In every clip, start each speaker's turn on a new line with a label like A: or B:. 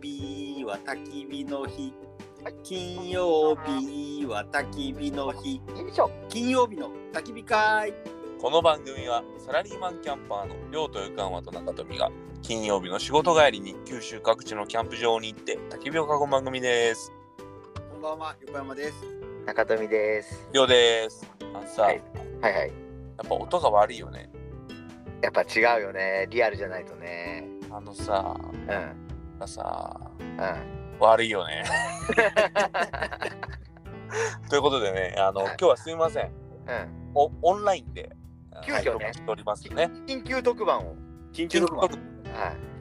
A: 日は焚き火の日。金曜日は焚き火の日。
B: よいしょ。
A: 金曜日の焚き火会。
C: この番組はサラリーマンキャンパーの亮と横山と中富が金曜日の仕事帰りに九州各地のキャンプ場に行って焚き火を囲む番組です。
A: こんばんは、横山です。
B: 中富です。
C: 亮です。あのさ、
B: はいは
C: や
B: いはい。
C: っぱ音が悪いよね。
B: やっぱ違うよね。リアルじゃないとね。
C: あのさ、
B: うん。うん。
C: がさ、悪い よね。ということでね、あの
B: はい
C: 今日はすみません。
B: うん。
C: おオンラインで
B: 急遽ね
C: 録画しておりますね。
B: 緊急特番を。
A: 緊急特番。
B: はい。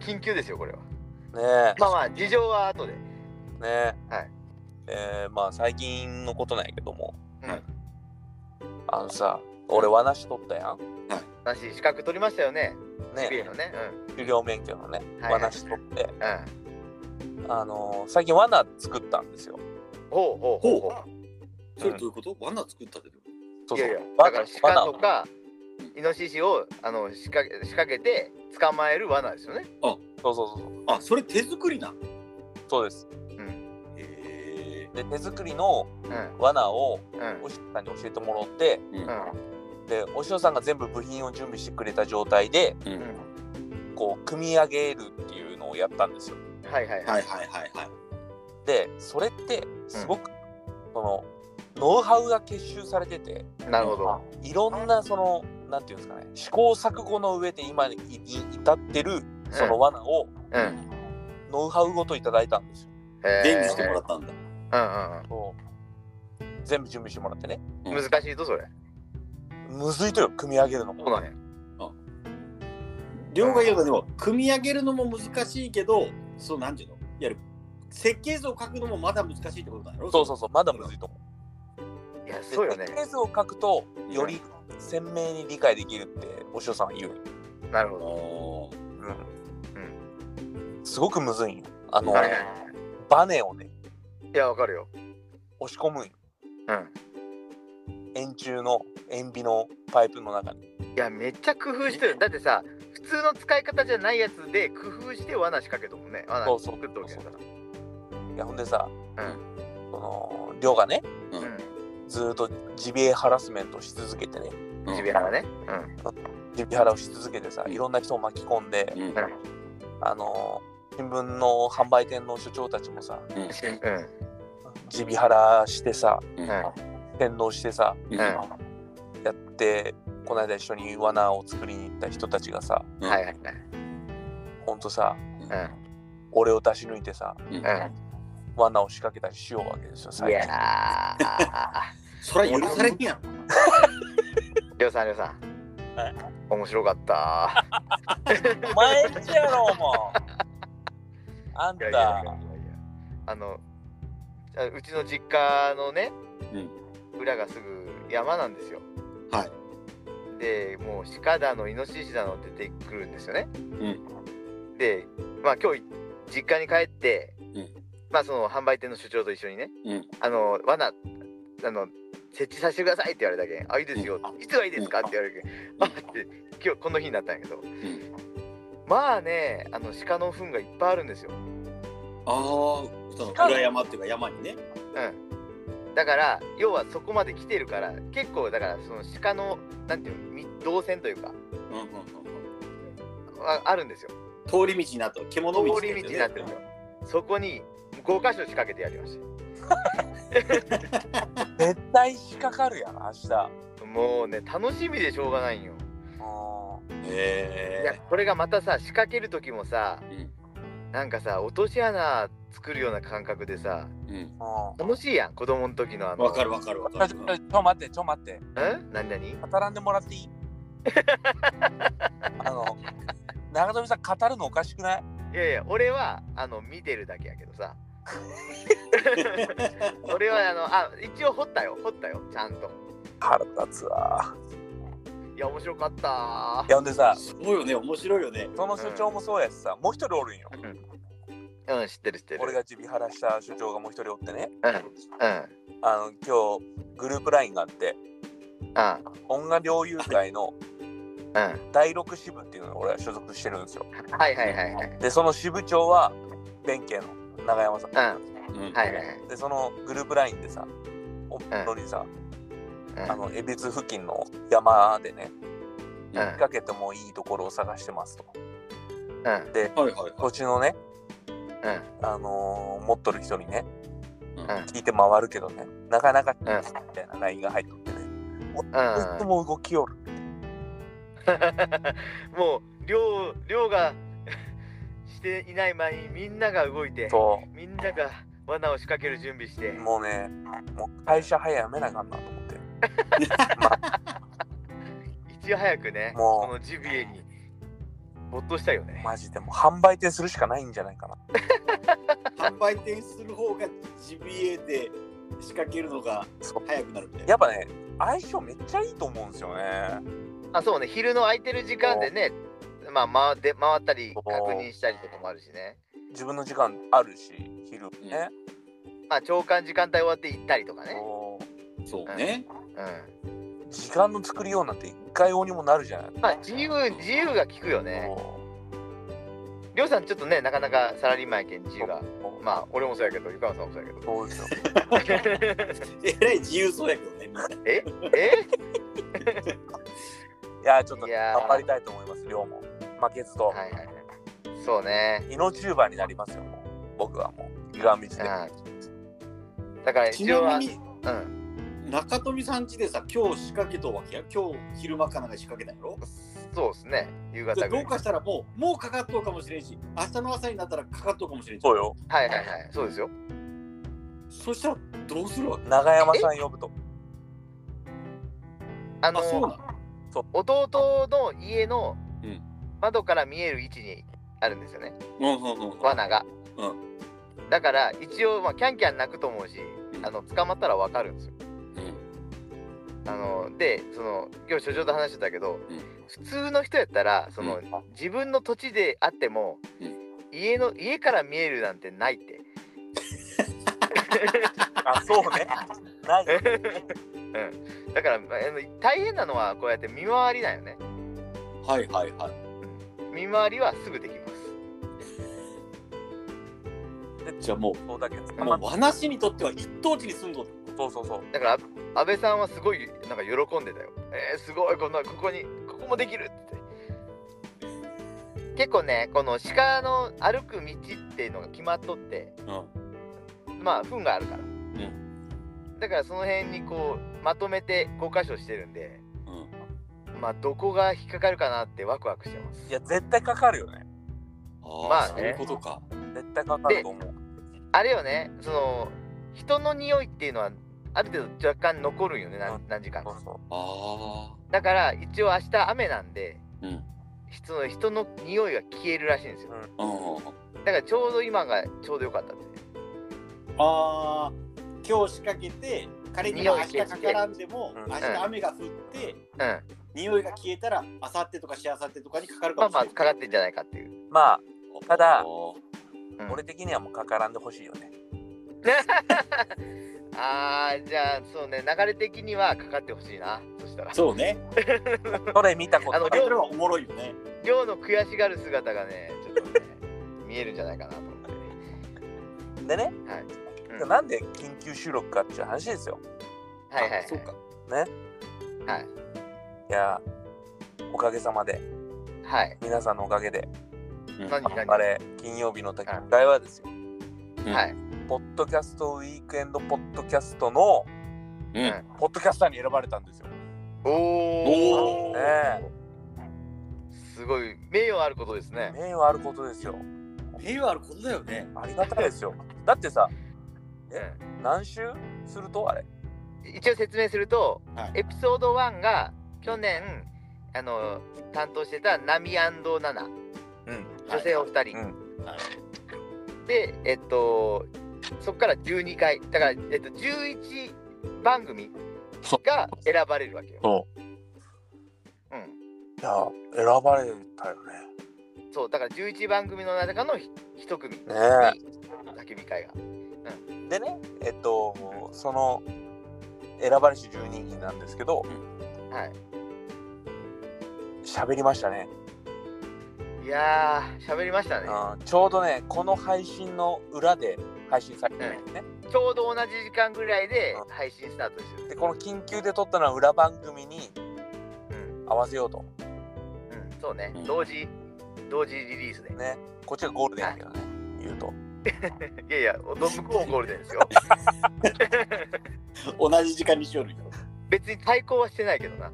B: 緊急ですよ、これは。
C: ねえ。
B: まあまあ、事情は後で。
C: ね
B: はい
C: えーまあ最近のことなんやけども、
B: うん
C: あのさ俺話取ったやん
B: 私、資格取りましたよね。ビエ
C: ね
B: のね。
C: 狩猟免許のね
B: はいはい
C: 話取って
B: うん。うん。
C: あのー最近罠作ったんですよ
B: ほうほうほうほ。
A: それどういうこと、罠作ったで。
C: そ
B: い
C: ううそう
B: やいや、だから
C: 罠
B: 鹿
C: 罠
B: とか、イノシシをあの仕掛け仕掛けて捕まえる罠ですよね。
C: そうそうそうそう
A: あ、それ手作りな。
C: そうです
A: へえ。
C: で手作りの
B: うん。うん。
C: 罠を
B: うん
C: お師匠さんに教えてもらってでお師匠さんが全部部品を準備してくれた状態で
A: う
B: うん
A: ん。
C: こう組み上げるっていうのをやったんですよ
B: はいはい。
A: はいいはいはいはい。
C: でそれってすごく、そのノウハウが結集されてて
B: なるほど。
C: いろんなそのなんていうんですかね試行錯誤の上で今に至ってるその罠を
B: うん。
C: ノウハウごといただいたんですよ。
B: へー
A: 伝授してもらったんだ。
B: う
C: そう全部準備してもらってね。
B: んうんうん。難しいとそれ。
C: むずいとよ組み上げるの
B: そう
C: も。
B: なんや。
A: 両が言えばでも、組み上げるのも難しいけど、そうなんていうの、いわゆる設計図を書くのもまだ難しいってことだろ
C: そうそうそうまだむずいと思
B: いや、
C: う。で
B: そうよね。
C: 設計図を書くとより鮮明に理解できるってお師匠さんは言う。
B: なるほど。
A: おー
C: うん。すごくむずいんよ。あの、
B: はいはい
C: バネをね
B: いや、わかるよ。
C: 押し込むんよ
B: う
C: 円柱の円尾のパイプの中に。
B: ん。いや、めっちゃ工夫してる。だってさ、普通の使い方じゃないやつで工夫して罠仕掛けともんね。罠
C: そうそう
B: 作っとけから。
C: いやほんでさ、
B: うん
C: その量がね
A: そう
C: ずーっとジビエハラスメントをし続けてね
B: うん。ジビエラがね。うん。
C: ジビエハラをし続けてさ
A: うん
C: いろんな人を巻き込んで、
A: うん
B: なるほ
C: あのー新聞の販売店の所長たちもさ
A: うん
B: ど。
C: ジビハラしてさ
B: うん。うん。
C: 洗脳してさ
A: うん
B: うん
C: やってこの間一緒に罠を作りに行った人たちがさ
A: うん
B: はいはいはい。
C: ほんとさ
B: うん。
C: 俺を出し抜いてさ
B: う
C: 罠を仕掛けたりしようわけですよ
B: ん。い
C: 最近。
B: やー。
A: それは許されんやろ。
B: りょうさん、りょうさ
C: はい
B: ん。面白かった。
C: お前んちやろもうあん
B: いやいやいやい
C: た
B: やあのあうちの実家のね、裏がすぐ山なんですよ
A: はい
B: でもう鹿だのイノシシだの出てくるんですよね、でまあ今日実家に帰って、
A: うん
B: まあその販売店の所長と一緒にね、
A: うん
B: あの罠あの設置させてくださいって言われたけん「あいいですよ」いつがいいですか?」って言われるけん「あっ」て今日この日になったんやけど、
A: ん
B: まあねあの鹿の糞がいっぱいあるんですよ
A: ああ、その裏山っていうか山にね。
B: うん、だから要はそこまで来てるから結構だからその鹿のなんていうのみ動線というか
A: うんうんうん。
B: ああるんですよ
A: 通り道になってる、獣道
B: 通り道になってるんですよそこに5箇所仕掛けてやりまし
C: 絶対引っかかるやん明日。
B: たもうね楽しみでしょうがないんよ
C: あ
B: いや
A: へ
B: これがまたさ仕掛ける時もさ
A: え。うん
B: なんかさ落とし穴作るような感覚でさ
A: うん。
C: あ
B: 楽しいやん子供の時のあの
A: わかるわかるわ
C: ち
A: か
C: ょ
A: る。
C: ちょちょ待ってちょ待って
B: うん何何
C: 語らんでもらってい いあの長富さん語るのおかしくない
B: いやいや俺はあの見てるだけやけ どさ 俺はあのあ一応掘ったよ掘ったよちゃんと
C: 腹立つわ
B: いや面白かった
C: いやほんでさ
A: そうよね、面白いよね。
C: その所長もそうやしさ、もう一人おるんよ
B: うん、知ってる知ってる。
C: 俺がジビハラした所長がもう一人おってね
B: う
C: あの今日グループラインがあって
B: ん、
C: 音楽猟友会の
B: うん、うん。
C: 第6支部っていうのに俺は所属してるんですよ
B: はいはいはいはい。
C: でその支部長は弁慶の永山さん。
B: うん
A: うん
B: はいはいはい。
C: で、そのグループラインでさ、おっのにさ、
B: うん
C: あの、恵比寿付近の山でね、
B: うん
C: 引っ掛けてもいいところを探してますと。
B: うん
A: はいはいは
C: 土地のね、
B: うん
C: あのー持っとる人にね、
A: い
C: 聞いて回るけどね、なかなか、
B: ん
C: みたいなラインが入っとってね、ずっと
B: う
C: もう動きよる。
B: ん。もう量量が していない間にみんなが動いて、
C: と、
B: みんなが罠を仕掛ける準備して。
C: もうね、もう会社早やめなあかんなと思って。
B: いち早くね、
C: もう
B: そのジビエに没頭したいよね。
C: マジでもう販売店するしかないんじゃないかな。
A: 販売店する方がジビエで仕掛けるのが
C: そう
A: 早くなるみたいな
C: やっぱね、相性めっちゃいいと思うんですよね。
B: あ、そうね、昼の空いてる時間でね、まあ回って回ったり
C: そう
B: 確認したりとかもあるしね。
C: 自分の時間あるし、昼ね。
B: まあ朝刊時間帯終わって行ったりとかね。
C: こ
A: そうね
B: う
C: う時間の作りようなんて一回用にもなるじゃない
B: ん。まあ自由自由が利くよね。
C: こ
B: りょうさんちょっとねなかなかサラリーマンやけん自
C: う
B: 由が。
C: こう
B: まあ俺もそうやけど、ゆかわさんもそうやけど。
C: そうですよ。
A: えらい自由そうやけどねみんな
B: ええ
C: いや、ちょっと
B: いやー
C: 頑張りたいと思います、量も。負けずと。
B: はいはいはい。そうね。
C: イノチューバーになりますよ、もう。僕はもう。湯川道で。
B: うん。だから
A: ち
B: 一応
A: な
B: は、
A: みに
B: うん。
A: 中富さん家でさ今日仕掛けとうわけや今日昼間かなんか仕掛けたんやろ
B: そうですね。夕方
A: じ
B: ぐ
A: ゃ
B: ら
A: あ
B: い。
A: どうかしたらもうもうかかっとうかもしれんし明日の朝になったらかかっとうかもしれんし
C: そうよ。
B: はいはいはい。そうですよ。
A: そしたらどうするわけ
C: 長山さん呼ぶと。
B: あの
A: あそうなの
B: 弟の家の
A: うん
B: 窓から見える位置にあるんですよね
A: うんうんうん
B: 罠が、
A: う
B: だから一応、まあ、キャンキャン泣くと思うし
A: うん
B: あの捕まったら分かるんですよ
A: うん
B: あのでその今日所長と話してたけど、
A: うん
B: 普通の人やったらその、
A: う
B: 自分の土地であっても、
A: うん
B: 家の家から見えるなんてない って
C: あ、そう ね。ないよね。
B: だからあの大変なのはこうやって見回りなんよね
A: はいはいはい
B: 見回りはすぐできます
A: じゃあも
C: そうだけど
A: う、もう話にとっては一等地に住んどる
C: そうそうそう。
B: だからあ安倍さんはすごいなんか喜んでたよ。えー、すごいこんなここにここもできるって。結構ねこの鹿の歩く道っていうのが決まっとって
A: うん
B: まあ糞があるから、だからその辺にこうまとめて5箇所してるんで
A: うん
B: まあどこが引っかかるかなってワクワクしてます
C: いや、絶対かかるよね。
A: あ、
B: ま
A: ま
B: あ
A: あ、
B: ね
A: そういうことか
C: 絶対かかると思う。
B: あれよねその人の匂いっていうのはある程度若干残るんよね
C: う
B: 何何時間
C: そ
B: か
C: うそう。
A: あ
B: だから一応明日雨なんで
A: あうん
B: 人の人の匂いが消えるらしいんですよ
A: うん
B: だからちょうど今がちょうど良かったんで
A: ああ今日仕掛けて仮に
B: 匂い
A: 明日かからんでも
C: うん
A: 明日雨が降って
B: うん。
A: 匂いが消えたら明後日とかし明後日とかにかかる
B: ま
A: か
B: あ
A: もし
B: ま
A: れない、
B: あかかってんじゃないかっていう。
C: まあ、ただ
A: あー
B: うん
C: 俺的にはもうかからんでほしいよね。
B: ああじゃあそうね流れ的にはかかってほしいな。そしたら。
A: そうね
C: それ見たこ
B: あの
C: と
A: そ
B: り
C: ない
B: ょ
A: れはおもろいよね
B: 亮の悔しがる姿がねちょっとね見えるんじゃないかなと思って。
C: でね、
B: はい。うん
C: なんで緊急収録かっていう話ですよ。
B: はいはい
A: あそうか
B: はい
C: いや、おかげさまで、
B: はい。
C: 皆さんのおかげで、
B: 何何
C: あれ、金曜日の時会はですよ、
B: はい。
C: ポッドキャストウィークエンドポッドキャストの、
A: うん
C: ポッドキャスターに選ばれたんですよ。ね
B: お
A: お
B: お。
C: え、
B: すごい名誉あることですね。
C: 名誉あることですよ。
A: 名誉あることだよね
C: ありがたいですよ。だってさ、え
B: う
C: 何周するとあれ
B: ん一応説明すると、
A: はい
B: エピソード1が去年あの担当してたナミナナ
C: うん。
B: 女性お二人。
A: はい
B: でえっとそこから12回だから、えっと、11番組
C: そ
B: が選ばれるわけよ。
C: そう。
B: うん、
C: いや、選ばれたよね。
B: そうだから11番組の中のひ一組に
C: ね
B: 叫び会が。
C: でね、えっと、その、選ばれし12人なんですけど、
B: はい、
C: 喋りましたね。
B: いいやー喋りましたね
C: うんちょうどねこの配信の裏で配信されてるんですね、
B: ちょうど同じ時間ぐらいで配信スタートしてる
C: でこの緊急で撮ったのは裏番組に
B: うん、
C: 合わせようと
B: うん、そうね、
A: うん
B: 同時同時リリースで
C: ねこっちがゴールデンやけどね言うと
B: いやいやど向こうもゴールデンですよ
A: 同じ時間にしよるよ。
B: 別に対抗はしてないけどな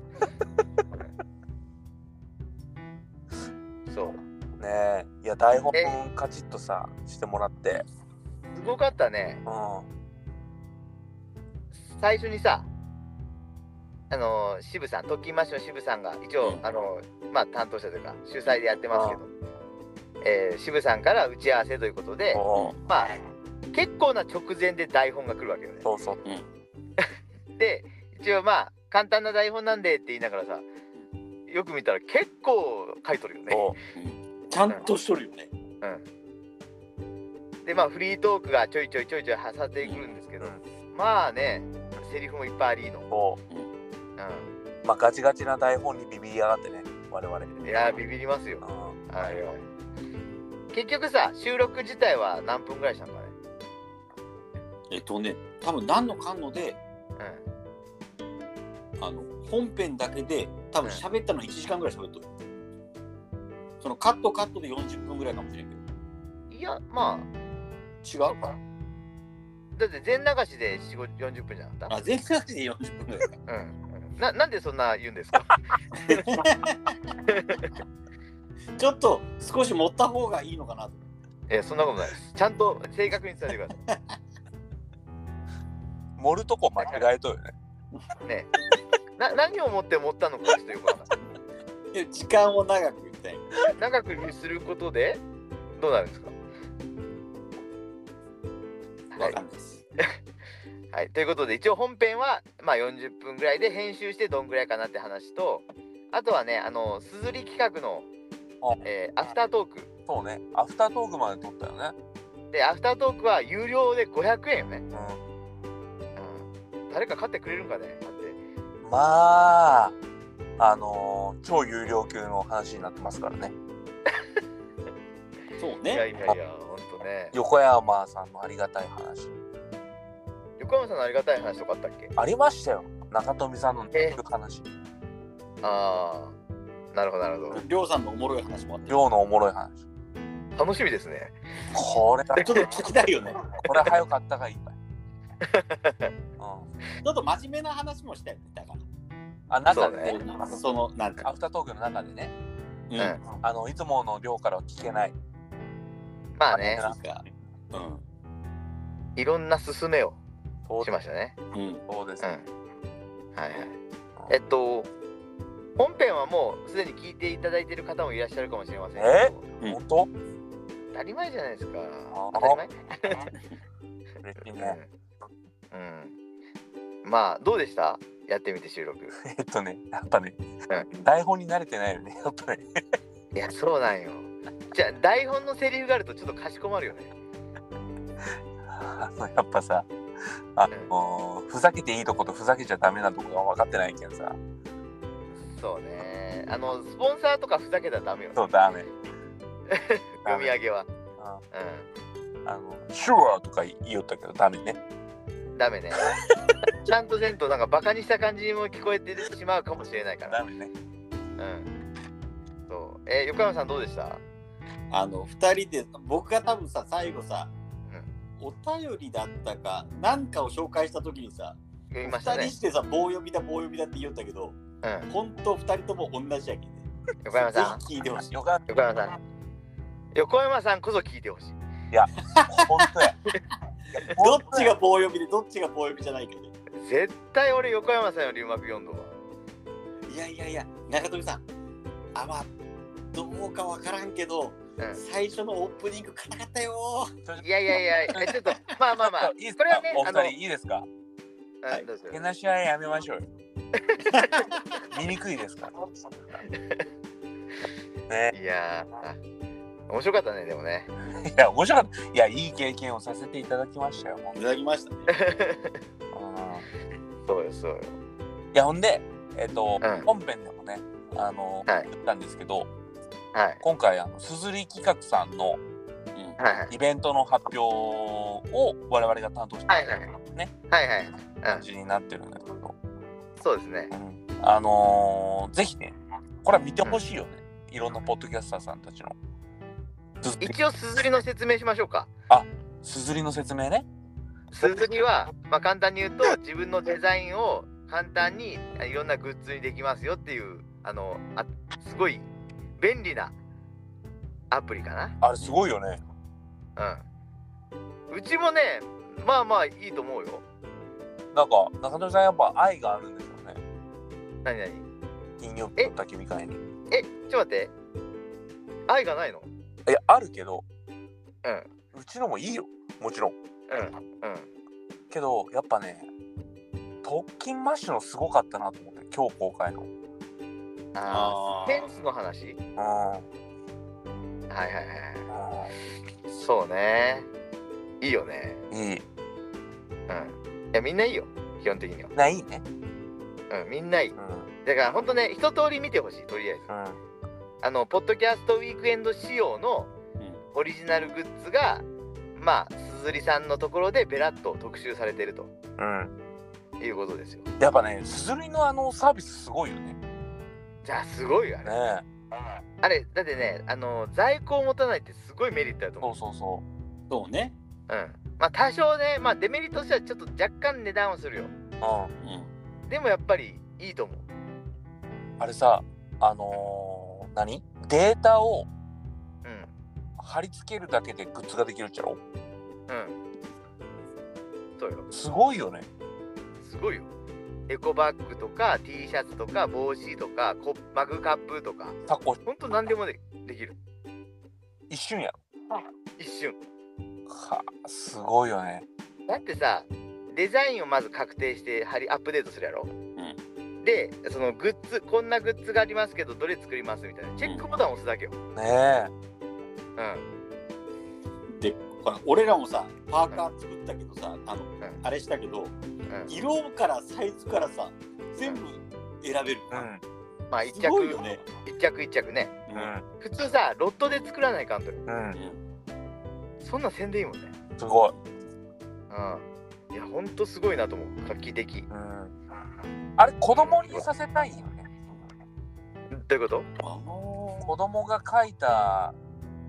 B: そう
C: ねいや台本
B: え
C: カチッとさしてもらって
B: すごかったね
C: う
B: 最初にさあの渋さん特勤マッシュの渋さんが一応、
A: うん
B: あのまあ担当者というか主催でやってますけど、えー、渋さんから打ち合わせということで
C: んおう
B: まあ結構な直前で台本が来るわけよね
C: そうそう
B: で一応まあ簡単な台本なんでって言いながらさよく見たら結構書いとるよね
C: そう
A: ちゃんとしとるよね。
B: でまあフリートークがちょいちょいちょいちょい挟んでくるんですけど、
C: う
B: まあねセリフもいっぱいありの、
C: そううまあガチガチな台本にビビりやがってね我々
B: ん、いやービビりますよ
C: うん
B: あれは結局さ収録自体は何分ぐらいしたのかね
A: えっとね、多分何のかんので、
B: う
A: あの本編だけで多分喋ったの1時間ぐらい喋っとる。そのカットカットで40分ぐらいかもしれんけ
B: んいやま
A: ど。
B: あ
A: 違
B: そう
A: う
B: かだって全流しで4 5 40分じゃなかっ
A: あ、全然で40分ぐらいか。
B: たうんななんでそんな言うんですか
A: ちょっと少し持った方がいいのかなと。
B: えそんなことないですちゃんと正確に伝えてくださ
C: 盛るとこ間違えとるよね
B: いねな何をもって持ったのかちょっとよくわかん
A: で時間を長くみたいな。
B: ない長くすることでどうなるんですかは
A: わ
B: い
A: かんないです。
B: はい、ということで一応本編は、まあ、40分ぐらいで編集してどんぐらいかなって話とあとはねあのすずり企画の
C: あ、
B: えーアフタートーク
C: そうねアフタートークまで撮ったよね
B: でアフタートークは有料で500円よね、
C: う
B: うん、誰か買ってくれるんかねだって
C: んまああのー超有料級の話になってますからね
A: そう
B: いや
A: ね。
B: いやいやほんとね
C: 横山さんのありがたい話
B: 横山さんのありがたい話とかあったっけ
C: ありましたよ中富さんの泣く話
B: ああなるほどなるほ
A: りょうさんのおもろい話もあって。
C: 寮のおもろい話
B: ど楽しみですね
C: これだ
A: ちょっと聞きたいよね。
C: これ早かったがいいわい、うん、
A: ちょっと真面目な話もしたよね。だか
C: あ中でね
B: そう
A: ら。その、なん
C: ア
A: か。
C: フタートークの中でね
A: う
B: うん
C: あのいつもの寮からは聞けない
B: まあね
A: なんか。う
B: いろんな勧めを
C: そう
B: しましたね
A: ん。 うん。
C: そうです
B: うん
C: ね、
B: はいはいえっと本編はもうすでに聞いていただいている方もいらっしゃるかもしれませんけど
C: え
A: うん
C: 本当
B: 当たり前じゃないですか
C: あ
B: 当たり前
C: 嬉しいね
B: うん、まあどうでしたやってみて収録
C: えっとねやっぱね台本に慣れてないよねやっぱり
B: いやそうなんよじゃあ台本のセリフがあるとちょっとかしこまるよね
C: あのやっぱさあのふざけていいとことふざけちゃダメなとこが分かってないけんさ
B: そうねあのスポンサーとかふざけたらダメよね
C: そうダメ
B: 読み上げは
C: あ
B: う
C: あの「シュワー」とか言いよったけどダメね
B: んダメ ねちゃんとせんとなんかバカにした感じにも聞こえてしまうかもしれないから
C: ダメね
B: うんそうえー横山さんどうでした
A: あの、二人で、僕が多分さ、最後さ
B: うん。
A: お便りだったか、なんかを紹介したときにさ。
B: 読み
A: 二
B: ました
A: 人
B: ね
A: してさ、棒読みだ、棒読みだって言おったけど。
B: うん
A: 本当二人とも同じやけんね。
B: 横山さん
A: ぜひ聞いてほしい。
C: よかった
B: 横山さん横山さんこそ聞いてほしい
C: 本当 や
A: どっちが棒読みで、どっちが棒読みじゃないけどね。
B: 絶対俺横山さんよりうまく読んどわ
A: いやいやいや、中富さん、あ、まあ、どうかわからんけど、
B: うん
A: 最初のオープニング硬かったよ
B: いやいやいやいや、ちょっと、まあまあまあ、
C: いいです
B: こ
C: か
B: れはね、
C: お
B: あ
C: 二
B: の、
C: 人いいですか
B: うんどうぞ
C: けなし合いやめまし ょうよ見にくいですからね
B: いやー、面白かったね、でもね。
C: いや面白かったいやいい経験をさせていただきましたよも
A: いただきましたね。
C: う
B: そうよ、そうよ。
C: いやほんでえっ、と、
B: うん
C: 本編でもねあの、
B: はい
C: 言ったんですけど
B: はい
C: 今回あのすずり企画さんの
B: はいはい
C: イベントの発表を我々が担当して
B: はいはい
C: ね
B: はいはい
C: 感じになってるんだけど、
B: そうですね
C: うんあのーぜひねこれは見てほしいよね、いろんなポッドキャスターさんたちのす
B: 一応すずりの説明しましょうか
C: すずりの説明ね
B: すずりは、まあ、簡単に言うと自分のデザインを簡単にあいろんなグッズにできますよっていうあのあすごい便利なアプリかな
C: あれすごいよね
B: うんうちもねまあまあいいと思うよ
C: なんか中野さんやっぱ愛があるんでしょうね
B: 何何
C: 金曜日の焚き火会に
B: えちょっと待って愛がないの
C: いやあるけど
B: うん
C: うちのもいいよもちろん
B: うんうん
C: けどやっぱね特勤マッシュのすごかったなと思って今日公開のうん
B: あ
A: あ
B: あ
A: ー
B: センスの話はいはいはいはいそうねいいよね
C: うんい
B: う
C: い
B: んいやみんないいよ基本的には
C: ないいね
B: うんみんないい
C: うん
B: だからほんとね一通り見てほしいとりあえず
C: う
B: あのポッドキャストウィークエンド仕様の
A: うん
B: オリジナルグッズがまあ鈴りさんのところでベラッと特集されてると
C: んうん
B: いうことですよ
C: やっぱねすずりのあのサービスすごいよねね
B: じゃあすごいよあれあれだってねあの在庫を持たないってすごいメリットだと
C: そ
B: 思
C: うそうそ
A: そうね。
B: ううんまあ多少ねまあデメリットとしてはちょっと若干値段はするよ
C: うう
A: うん。
B: でもやっぱりいいと思うん
C: あれさあのー、何データを
B: うん
C: 貼り付けるだけでグッズができるっちゃろ
B: うんそうよ
C: すごいよね
B: すごいよエコバッグとか T シャツとか帽子とかコッマグカップとか
C: タコ
B: ほんと何でもでできる
C: 一瞬や
B: 一瞬
C: ろはあすごいよね
B: だってさデザインをまず確定して貼りアップデートするやろ、
A: ん
B: でそのグッズこんなグッズがありますけどどれ作りますみたいなチェックボタンを押すだけよ、うん、
C: ね
A: で、ほら俺らもさ、パーカー作ったけどさ、あの、あれしたけど、
B: うん
A: 色からサイズからさ、全部選べる。
C: え
B: まあ一
A: すご
B: 着
A: いよね。
B: 一着一着ね
C: うんう
B: 普通さロットで作らないかんとよ
C: ん
A: う。
C: うん
B: そんなんせんでいいもんね
C: んすごい
B: うんいやほんとすごいなと思う画期的
C: うんあれ子供にさせたいよね
B: どういうこと
A: あの
C: 子供が描いた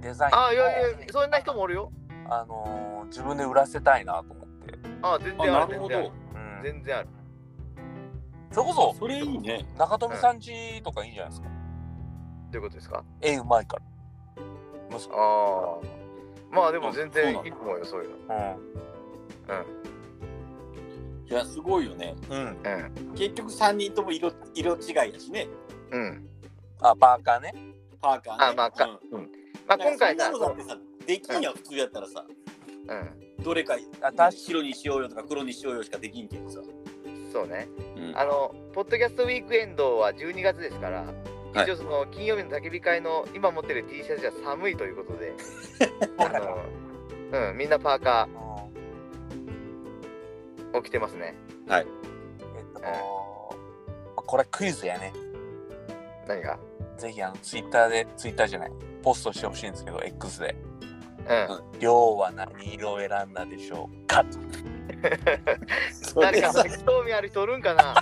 C: デザインを
B: あいやいやそんな人もおるよ
C: あのー自分で売らせたいなと思って、
B: あ全
A: あ、
B: 然あ
A: なる
B: る全
A: ほ
B: 然ある
A: ど。
C: うん、
B: 全然ある
C: それこそ
A: それいいね。
C: 中富さん家とかいいんじゃないですか、
B: どういうことですか
C: 絵うまいから息
B: あ
C: 子
B: あまあでも全然
A: あそうなんだ
B: いいと思うよそういうの
A: いや、すごいよね。
C: うん、うん、
B: うん
A: 結局3人とも色色違いだしね。
B: うん
C: あパーカーね
A: パーカーね。
B: あまあか
A: うん
B: うんまあ今回さ
A: だからそんなのだってさ、できんやん普通やったらさ、
B: う
A: どれか
C: あ確かに
A: 白にしようよとか黒にしようよしかできんけどさ。
B: んそうね
A: うん
B: あのポッドキャストウィークエンドは12月ですから
A: はい
B: 一応その金曜日の焚き火会の今持ってる T シャツじゃ寒いという ことであのうんみんなパーカ
C: うん
B: ーを着てますね
C: えっと、これクイズやね
B: 何が
C: ぜひあのツイッターでツイッターじゃないポストしてほしいんですけど X で
B: うん
C: 「亮は何色を選んだでしょうか?」
B: 誰か興味ある人おるんかな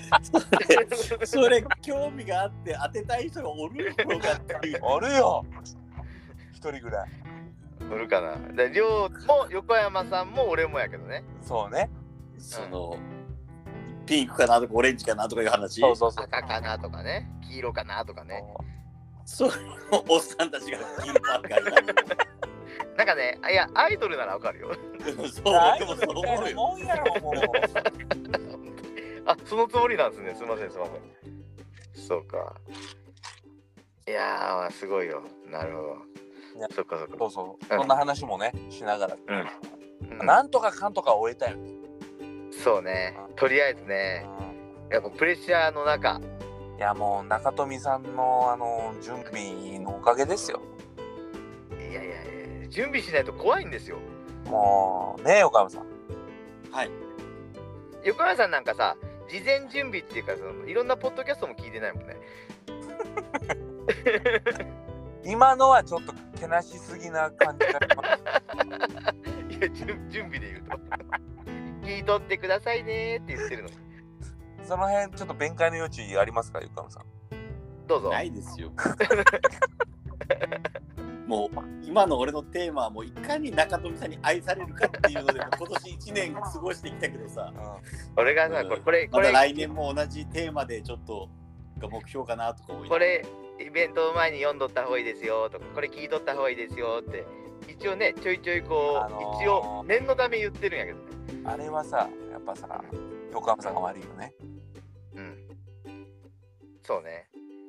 A: それ興味があって当てたい人がおるのかっていう。
C: あるよ一人ぐらい
B: おるかなで亮も横山さんも俺もやけどね
C: そうね
A: そのピンクかなとかオレンジかなとかいう話。
C: そうそうそう
B: 赤かなとかね黄色かなとかね
A: そうおっさんたちが金パーカーになる。
B: なんかねあいやアイドルならわかるよ
A: そう
C: あ
A: でもそう思うよ。
C: もうやろもう
B: あそのつもりなんですねすいませんすいませんそうかいやーすごいよなるほ
C: いや
B: どそっかそっ
C: そう
B: か、
C: そうそんな話もねしながら、
B: うん
C: なんとかかんとか終えたよね、
B: そうねとりあえずねやっぱプレッシャーの中
C: いやもう中富さんのあの準備のおかげですよ
B: いやいやいや準備しないと怖いんですよ
C: もうねえ岡山さん
A: はい。
B: 横山さんなんかさ事前準備っていうかそのいろんなポッドキャストも聞いてないもんね
C: い今のはちょっとけなしすぎな感じがします
B: いや準準備で言うと 聞いとってくださいねーって言ってるの
C: その辺ちょっと弁解の余地ありますかゆかのさん
B: どうぞ
A: ないですよ。もう今の俺のテーマはもういかに中富さんに愛されるかっていうのでもう今年1年過ごしてきたけどさ
B: 俺がさこれこれこ
A: まだ
B: れ
A: 来年も同じテーマでちょっとが目標かなとか思い
B: こ
A: ながら
B: れイベントの前に読んどった方がいいですよとかこれ聞いとった方がいいですよって一応ねちょいちょいこう、
C: あのー
B: 一応念のため言ってるんやけど
C: うんあれはさやっぱさ横浜さんが悪いよね
B: うんそうね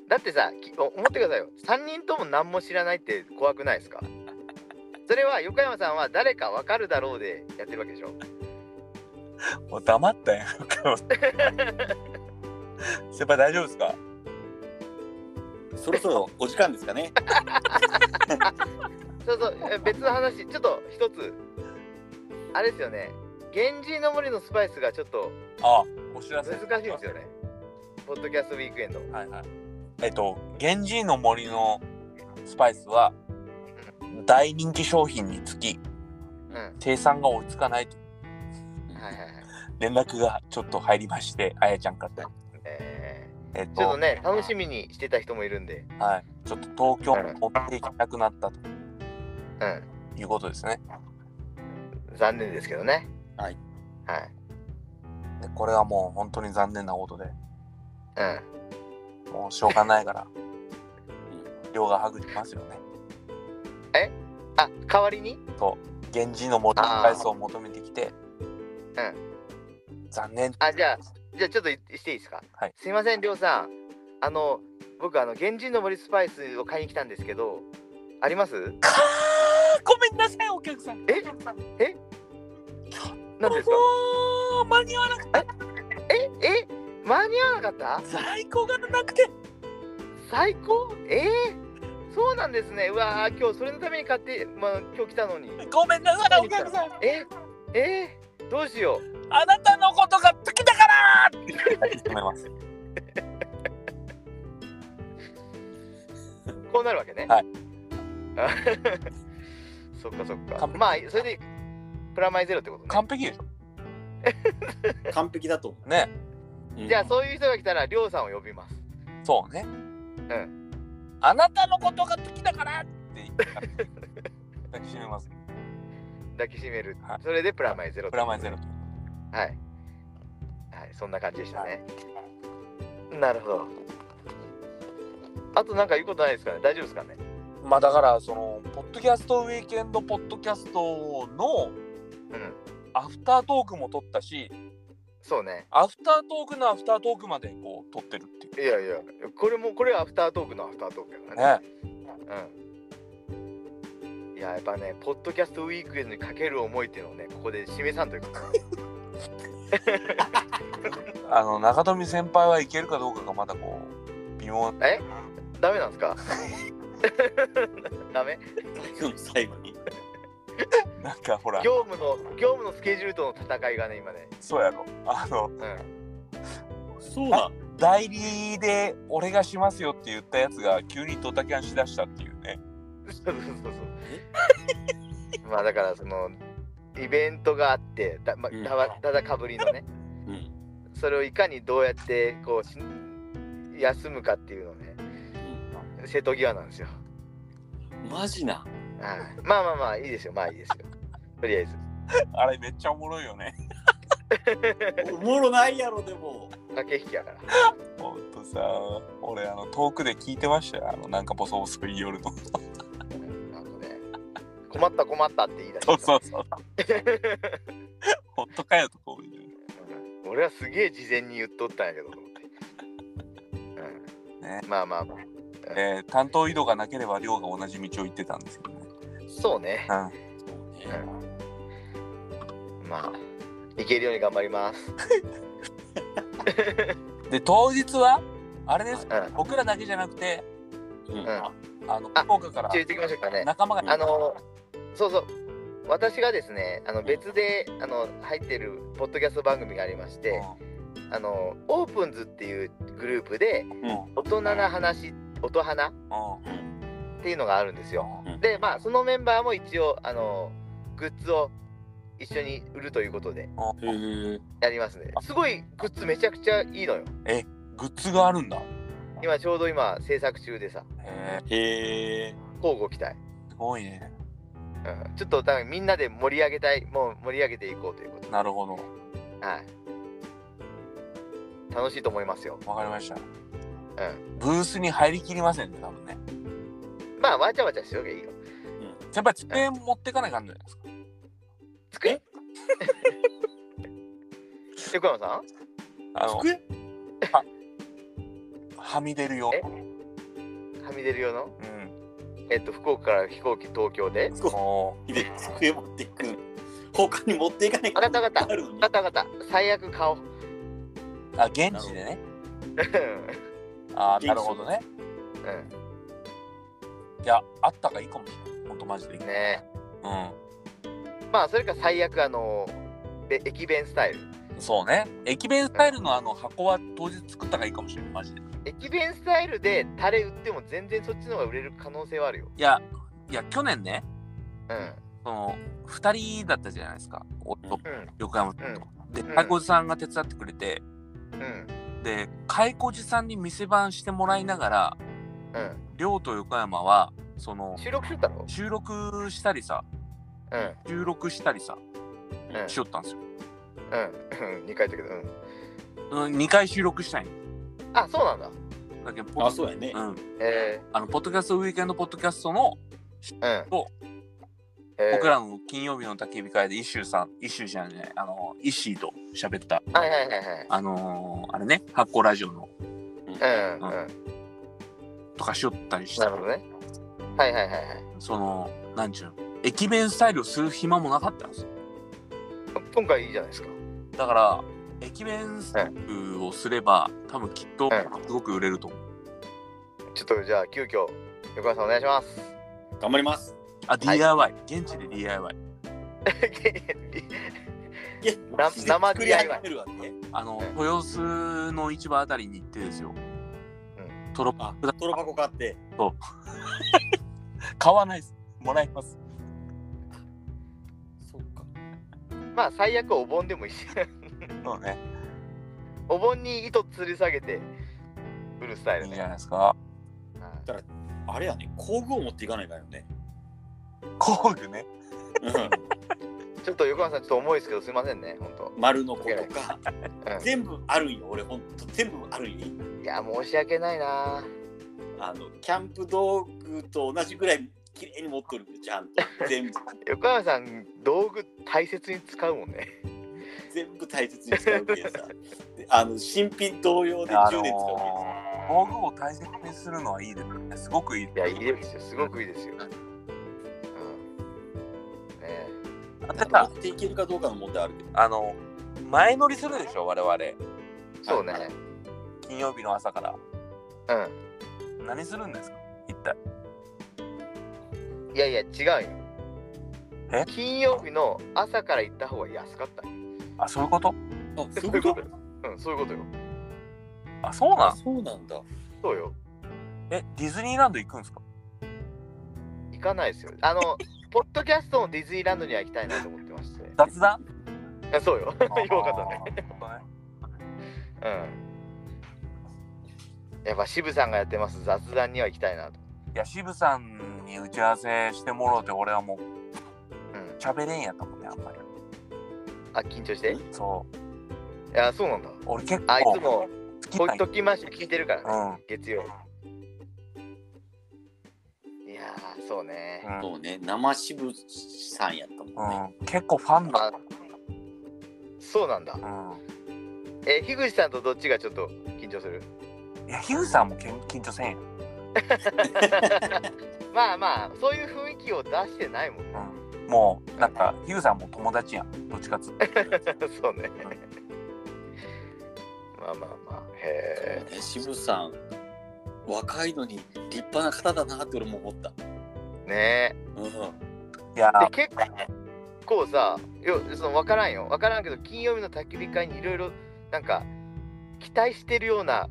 B: だってさきお思ってくださいよ3人とも何も知らないって怖くないですかそれは横山さんは誰かわかるだろうでやってるわけでしょ
C: もう黙ったやん横山さん先輩大丈夫ですか
A: そろそろお時間ですかね。
B: そうそうえ別の話ちょっと一つあれですよね源氏の森のスパイスがちょっと
C: ああお知らせ
B: 難しいんですよねポッドキャストウィークエンド
C: はいはいえっと「源氏の森のスパイス」は大人気商品につき
B: うんはい
C: 生産が追いつかないと
B: はいはい
C: 連絡がちょっと入りましてあやちゃんから
B: え
C: えっと
B: ーちょっとね楽しみにしてた人もいるんで
C: はい、ちょっと東京に持っていけなくなったと
B: うん
C: いうことですね
B: 残念ですけどね
A: はい
B: はい
C: でこれはもう本当に残念なことで
B: うん
C: もうしょうがないから 量がはぐりますよね
B: あ代わりに
C: 源氏の持ち返すを求めてきて
B: ー
C: 残念
B: あじゃあじゃあちょっといしていいですか、
C: はい
B: すいませんりょうさんあの僕あの源氏の森スパイスを買いに来たんですけどあります
C: かーごめんなさいお客さん
B: ええなんですか
C: もう間に合わなくて
B: ええ間に合わなかった
C: 在庫がなくて
B: 最高えー、そうなんですねうわー今日それのために買って、まあ、今日来たのに
C: ごめんなさいお客さん
B: ええー、どうしよう
C: あなたのことが好きだからって言 います
B: こうなるわけね
C: はい
B: あ そっかそっか
C: 完璧
B: まあそれでプラマイゼロってことね
C: 完璧でし
A: 完璧だと思
C: ょね
A: う。うん
B: じゃあそういう人が来たらりょうさんを呼びます
C: そうね
B: ん
C: あなたのことが好きだからって言った抱きしめます
B: 抱きしめる、
C: はい
B: それでプラマイゼロ
C: プラマイゼロ
B: はいはいそんな感じでしたねなるほどあとなんか言うことないですかね大丈夫ですかね
C: まあだからそのポッドキャストウィークエンドポッドキャストの
B: うん
C: アフタートークも撮ったし
B: そうね
C: アフタートークのアフタートークまでこう撮ってるってい
B: いやいやこれもこれはアフタートークのアフタートークやから
C: う
B: ね
C: ね
B: うんいややっぱねポッドキャストウィークエンドにかける思いっていうのをねここで示さんというか
C: あの中富先輩はいけるかどうかがまだこう微妙
B: えダメなんですかダメ
A: 最後に。
C: なんかほら
B: 業務の業務のスケジュールとの戦いがね今ね
C: そうやろあの
B: うん
A: そうだ。
C: 代理で俺がしますよって言ったやつが急にドタキャンしだしたっていうね
B: そうそうそうそうまあだからそのイベントがあってだ,、ま
A: うん
B: だわただかぶりのね
A: うん。
B: それをいかにどうやってこうし休むかっていうのをね瀬戸際なんですよ
A: マジな。
B: はいまあまあまあいいですよまあいいですよとりあえず
C: あれめっちゃおもろいよね
A: おもろないやろでも。
B: 駆け引きやから
C: ほんとさ俺あの遠くで聞いてましたよあのなんかボソボソ言いよるの
B: なんかね困った困ったって言い出して
C: そうそうそうほんとかよとこういう
B: うん 俺はすげえ事前に言っとったんやけどと思って、うん
C: ね
B: まあまあまあ
C: えー担当移動がなければ亮が同じ道を行ってたんですけどね
B: そうね
C: うん
B: まあいけるように頑張ります
C: で当日はあれです
B: うん
C: 僕らだけじゃなくて
A: うんん。
C: あの
B: あ
C: 福岡から
B: 一応言ってきましょうかね
C: 仲間が
B: あのそうそう私がですねあの別であの入ってるポッドキャスト番組がありましてあのオープンズっていうグループで
C: うんうん
B: 大人な話音花
C: うん
B: っていうのがあるんですよ。
C: うん
B: でまあそのメンバーも一応あのグッズを一緒に売るということで
A: へー
B: やりますねすごいグッズめちゃくちゃいいのよ
C: グッズがあるんだ。
B: 今ちょうど今制作中でさ
C: へえ、
A: へえ。
B: 交互期待、
C: すごいね。
B: うん、ちょっとだからみんなで盛り上げたいもう盛り上げていこうということ
C: なるほど。
B: はい楽しいと思いますよ
C: わかりました。
B: う
C: ブースに入りきりませんね、多分ね。
B: まあわちゃわちゃしとけばいいよ
C: やっぱり机持ってかないかんじゃないですか。
B: 机 横山さん
C: あの
A: 机
C: はみ出るよ。
B: えはみ出る用の
C: うん。
B: えっと福岡から飛行機東京で
A: そう
C: も
A: で机持っていく。他に持っていかない
B: わかったわかった
A: あるのに
B: ガタガタ最悪顔
C: うあ、現地でね。
B: う
C: あーなるほどね。
B: ん
C: いや、あったかいいかもしれない。ほんとマジで。うん。
B: ねまあそれか最悪あのべ駅弁スタイル
C: そうね。駅弁スタイルのあの箱は当日作った方がいいかもしれない、マジで。
B: 駅弁スタイルでタレ売っても全然そっちの方が売れる可能性はあるよ
C: いや、いや、去年ね、
B: うん
C: その、2人だったじゃないですか。俺と
B: うん
C: 横山君と。で、
B: うん
C: 開口寺さんが手伝ってくれて、
B: うん
C: で、開口寺さんに店番してもらいながら、
B: う
C: 亮と横山は、その
B: ん、収録しとったろ
C: 収録したりさ、
B: うん
C: 収録したりさ、
B: うん
C: しよったんですよ。
B: うんうん2回言ったけどうん
C: うん、2回収録したいん
B: あそうなんだ
C: だけど、ポ
A: あ、
C: ッ
A: そうやね。
C: うん、
B: え
C: あの、ポッドキャストウィークエンドポッドキャストの、
B: ー、うん
C: そう
B: えー
C: 僕らの金曜日の焚き火会で、イッシューさん、イッシューじゃない、あの、イッシーと喋った、
B: はいはいはいはい
C: あのーあれね、発行ラジオの、
B: うんうん、
C: とかしよったりし
B: な
C: た
B: るほどねはいはいはいはい
C: その、なんちゅうの、駅弁スタイルをする暇もなかったんですよ。
B: 今回いいじゃないですか
C: だから、駅弁スタイルをすれば、多分きっと
B: う、
C: すごく売れると思う。
B: ちょっとじゃあ急遽横山さんお願いします
A: 頑張ります。
C: あ、
B: はい
C: DIY、現地で DIY。
A: いや、
B: な生
A: 作り始めるわね。
C: あの
B: うん、
C: 豊洲の市場あたりに行ってですよ。トロッ
A: あ
C: プだ、
A: トロ箱買って。
C: 買わないです。もらいます。
A: そうか。
B: まあ最悪お盆でもいいし
C: そうね。
B: お盆に糸吊り下げて売るスタイ
C: いい
B: ル
C: んじゃ
B: ね
C: ないですか。
B: はい
A: あれやね、工具を持っていかないからよね。
C: 工具ね。
A: うん
B: ちょっと横山さんちょっと重いですけどすいませんね本当
A: 丸のことか
B: うん、
A: 全部あるんよ。俺、ほんと全部あるんよ。
B: いや申し訳ないな
A: あの、キャンプ道具と同じぐらい綺麗に持っとるんよ、ちゃんと。全部、
B: 横山さん道具大切に使うもんね
A: 全部大切に使うけどさ。であの、新品同様で
C: あ
A: 10年使う
C: の
A: けどさ。
C: ー道具を大切にするのはいいですね。すごくいい。
B: いやいいですよすごくいいですよ、うんねえ
A: た
C: だって
A: だ
C: さ
A: 持っていけるかどうかの問題あるけど。
C: あの、前乗りするでしょ、我々。
B: そうね、
A: はい
C: 金曜日の朝から。
B: う
C: 何するんですか一体。
B: んいやいや違うよ
C: え
B: 金曜日の朝から行った方が安かったよ
C: あ、そういうこと
A: あ、そういうこと
B: うんそういうことよ
C: あ、そうな
A: あ
C: ん
A: そうなんだ。
B: そうよ
C: え、ディズニーランド行くんですか
B: 行かないですよあの ポッドキャストのディズニーランドには行きたいなと思ってましてい
C: 雑談
B: やそうよ よかったね
C: あ
B: うん。やっぱ渋さんがやってます雑談には行きたいなと。
C: ー。いや、渋さんに打ち合わせしてもろうて、俺はもう
B: うん。
C: 喋れんやったもんね、あんまり。
B: あ、緊張してい
C: そう。
B: や、そうなんだ。
C: 俺結構。
B: あ、いつも、
C: 好き
B: ほ
C: な
B: っ
C: 人。
B: ときまし聞いてるから、ね、
C: うん。
B: 月曜。いやー、そうね。
A: そうね、生渋さんやったもんね。
C: うん、結構ファンだ。
B: あ、そうなんだ。
C: う
B: え、樋口さんとどっちがちょっと緊張す る
C: ん。いや、ヒグさんもけん緊張せんよ。
B: まあまあ、そういう雰囲気を出してないもん。
C: うん。もう、なんか、ヒグさんも友達やん。どっちかっつって。
B: そうね。まあまあまあ、へえ。
A: ね、渋さん若いのに立派な方だなって俺も思った、
B: ねえ。
A: う
C: いや、
B: で結構さよその分からんよ分からんけど金曜日の焚き火会にいろいろなんか期待してるような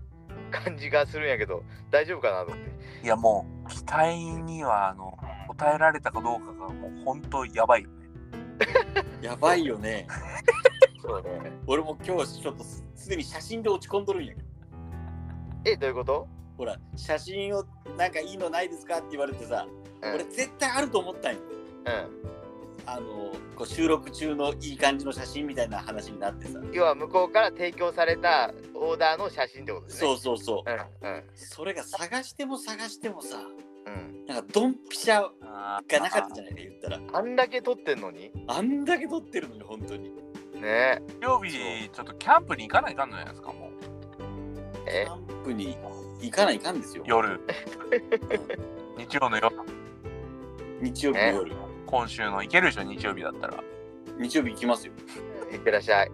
B: 感じがするんやけど大丈夫かなと思って
C: いやもう、期待にはあの答えられたかどうかがもう本当やばいよね。
A: やばいよね。
B: そうね。
A: 俺も今日ちょっとすすでに写真で落ち込んどるんやけど。
B: え、どういうこと
A: ほら、写真をなんかいいのないですかって言われてさ、
B: うん
A: 俺絶対あると思ったんよ。
B: う
A: あのこう収録中のいい感じの写真みたいな話になってさ。
B: ん。要は向こうから提供されたオーダーの写真ってことです
A: そ
B: ね。
A: うそうそう。
B: う。うん。うん。
A: それが探しても探してもさ、
B: うん、
A: なんかドンピシャ
C: あ
A: がなかったじゃないか言ったら。
B: あんだけ撮ってんのに
A: あんだけ撮ってるのに本当に。
B: ね
C: 曜日ちょっとキャンプに行かないかんじゃないですかもう
A: キ
B: え。
A: ャンプに行かないかんですよ。
C: 夜日曜の夜
A: 日曜日の夜。
C: 今週の行けるでしょ日曜日だったら
A: 日曜日行きますよ。
B: いってらっしゃい。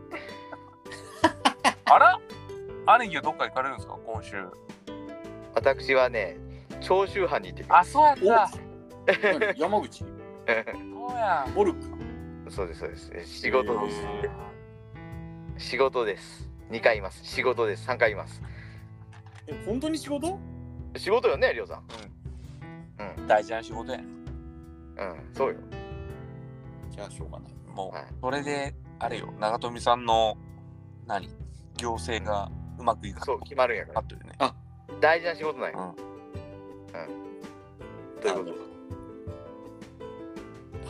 C: あら兄貴はどっか行かれるんですか今週
B: 私はね、長州藩に行ってきま
C: あそうやった
A: 何山口、
C: そうや
A: モルック。
B: す。 そうです、そうです。え仕事です。
C: へ
B: 仕事です。2回います。仕事です。3回います。
A: え、本当に仕事
B: 仕事よね、りょうさん。
C: ー大事な仕事や
B: うん、そうよ。
A: じゃあしょうがない。
C: も
B: はいう
C: それであれよ長富さんの何行政がうまくいか
B: そう、決まるんやか
C: なからっ。たよね
B: 大事な仕事なんや。ということ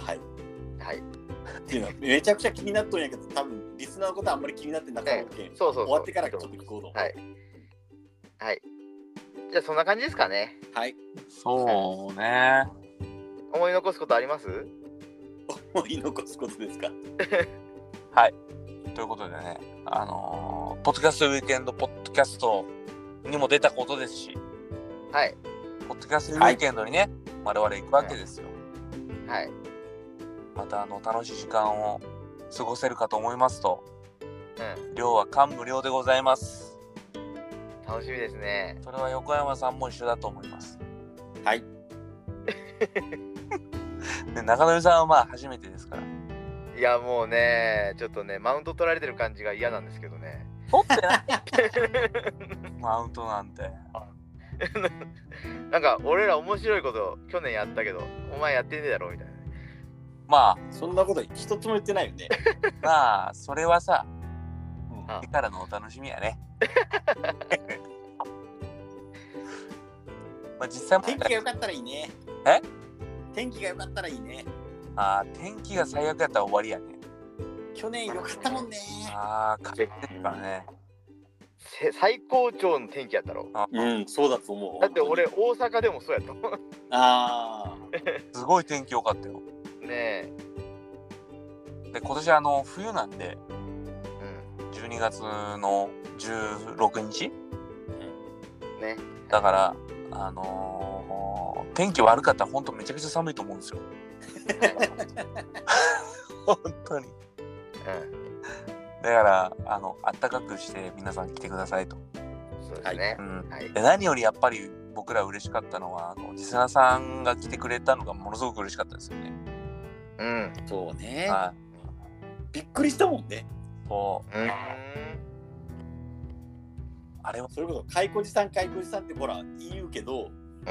A: はい。
B: はい。
A: っていうのはめちゃくちゃ気になっとんやけど、多分リスナーのことはあんまり気になってなかったけん。
B: そうそうそう。
A: 終わってからちょっと聞こうと。
B: はい。はい。じゃあ、そんな感じですかね。
A: はい。
C: そうね
B: 思い残すことあります
A: 思い残すことですか。
C: ということでねあのーポッドキャストウィークエンドポッドキャストにも出たことですし
B: はい。
C: ポッドキャストウィークエンドにね、我々行くわけですよ、
B: はい。
C: またあの楽しい時間を過ごせるかと思いますと
B: う
C: 量は感無量でございます
B: ん。楽しみですね。
C: それは横山さんも一緒だと思います
A: はい。
C: で中野さんはまあ初めてですから
B: いや、もうね、ちょっとね、マウント取られてる感じが嫌なんですけど ね。
C: 取ってないマウントなんて
B: なんか、俺ら面白いこと去年やったけど、お前やってねえだろみたいな。
C: まあ
A: そんなこと一つも言ってないよね。
C: まあそれはさ
A: うん
B: あ
C: 次からのお楽しみ やねまあ実際も
A: 天気が良かったらいいね。
C: え
A: 天気が良かったらいいね。
C: あー天気が最悪やったら終わりやね
A: 去年良かったもんね。
C: ああ帰ってるからね
B: せ最高潮の天気やったろ。
A: うん、そうだと思う。
B: だって俺、
A: 本
B: 大阪でもそうやったもん。
A: 当に。あ
C: すごい天気良かったよ
B: ねえ。
C: で今年あの冬なんで
B: う
C: 12月の16日
B: ん。ね。
C: だからあのー天気悪かったら本当めちゃくちゃ寒いと思う んですよ本当に
B: う
C: だからあの暖かくして皆さん来てくださいと、
B: ん。そうですね
C: う。ん、
B: はい。
C: で何よりやっぱり僕ら嬉しかったのはあのリスナーさんが来てくれたのがものすごく嬉しかったですよね
B: うん。
A: あ、そうね。
C: はい
A: びっくりしたもんね。
C: そう
B: うん。
C: あれは
A: それこそ、かいこじさん、かいこじさんってほら、言うけど、
B: うん。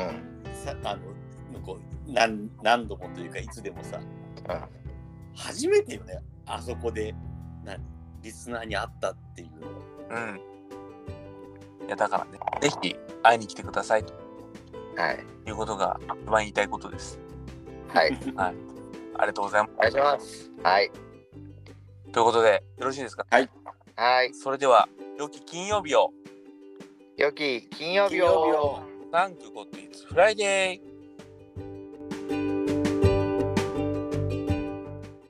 A: さあの、こう何何度もというか、いつでもさ、初めてよね、あそこで、なリスナーに会ったっていうのは
C: うんいやだからねぜひ会いに来てくださいと
B: はい。
C: いうことが一番言いたいことです
B: はい。
C: ありがとうございます
B: お願いします。はい。
C: ということでよろしいですか
B: はい。
C: それでは良き金曜日を
B: 良き金曜日
A: 金曜日
B: を。
A: を
C: サンクゴッドイツフライデー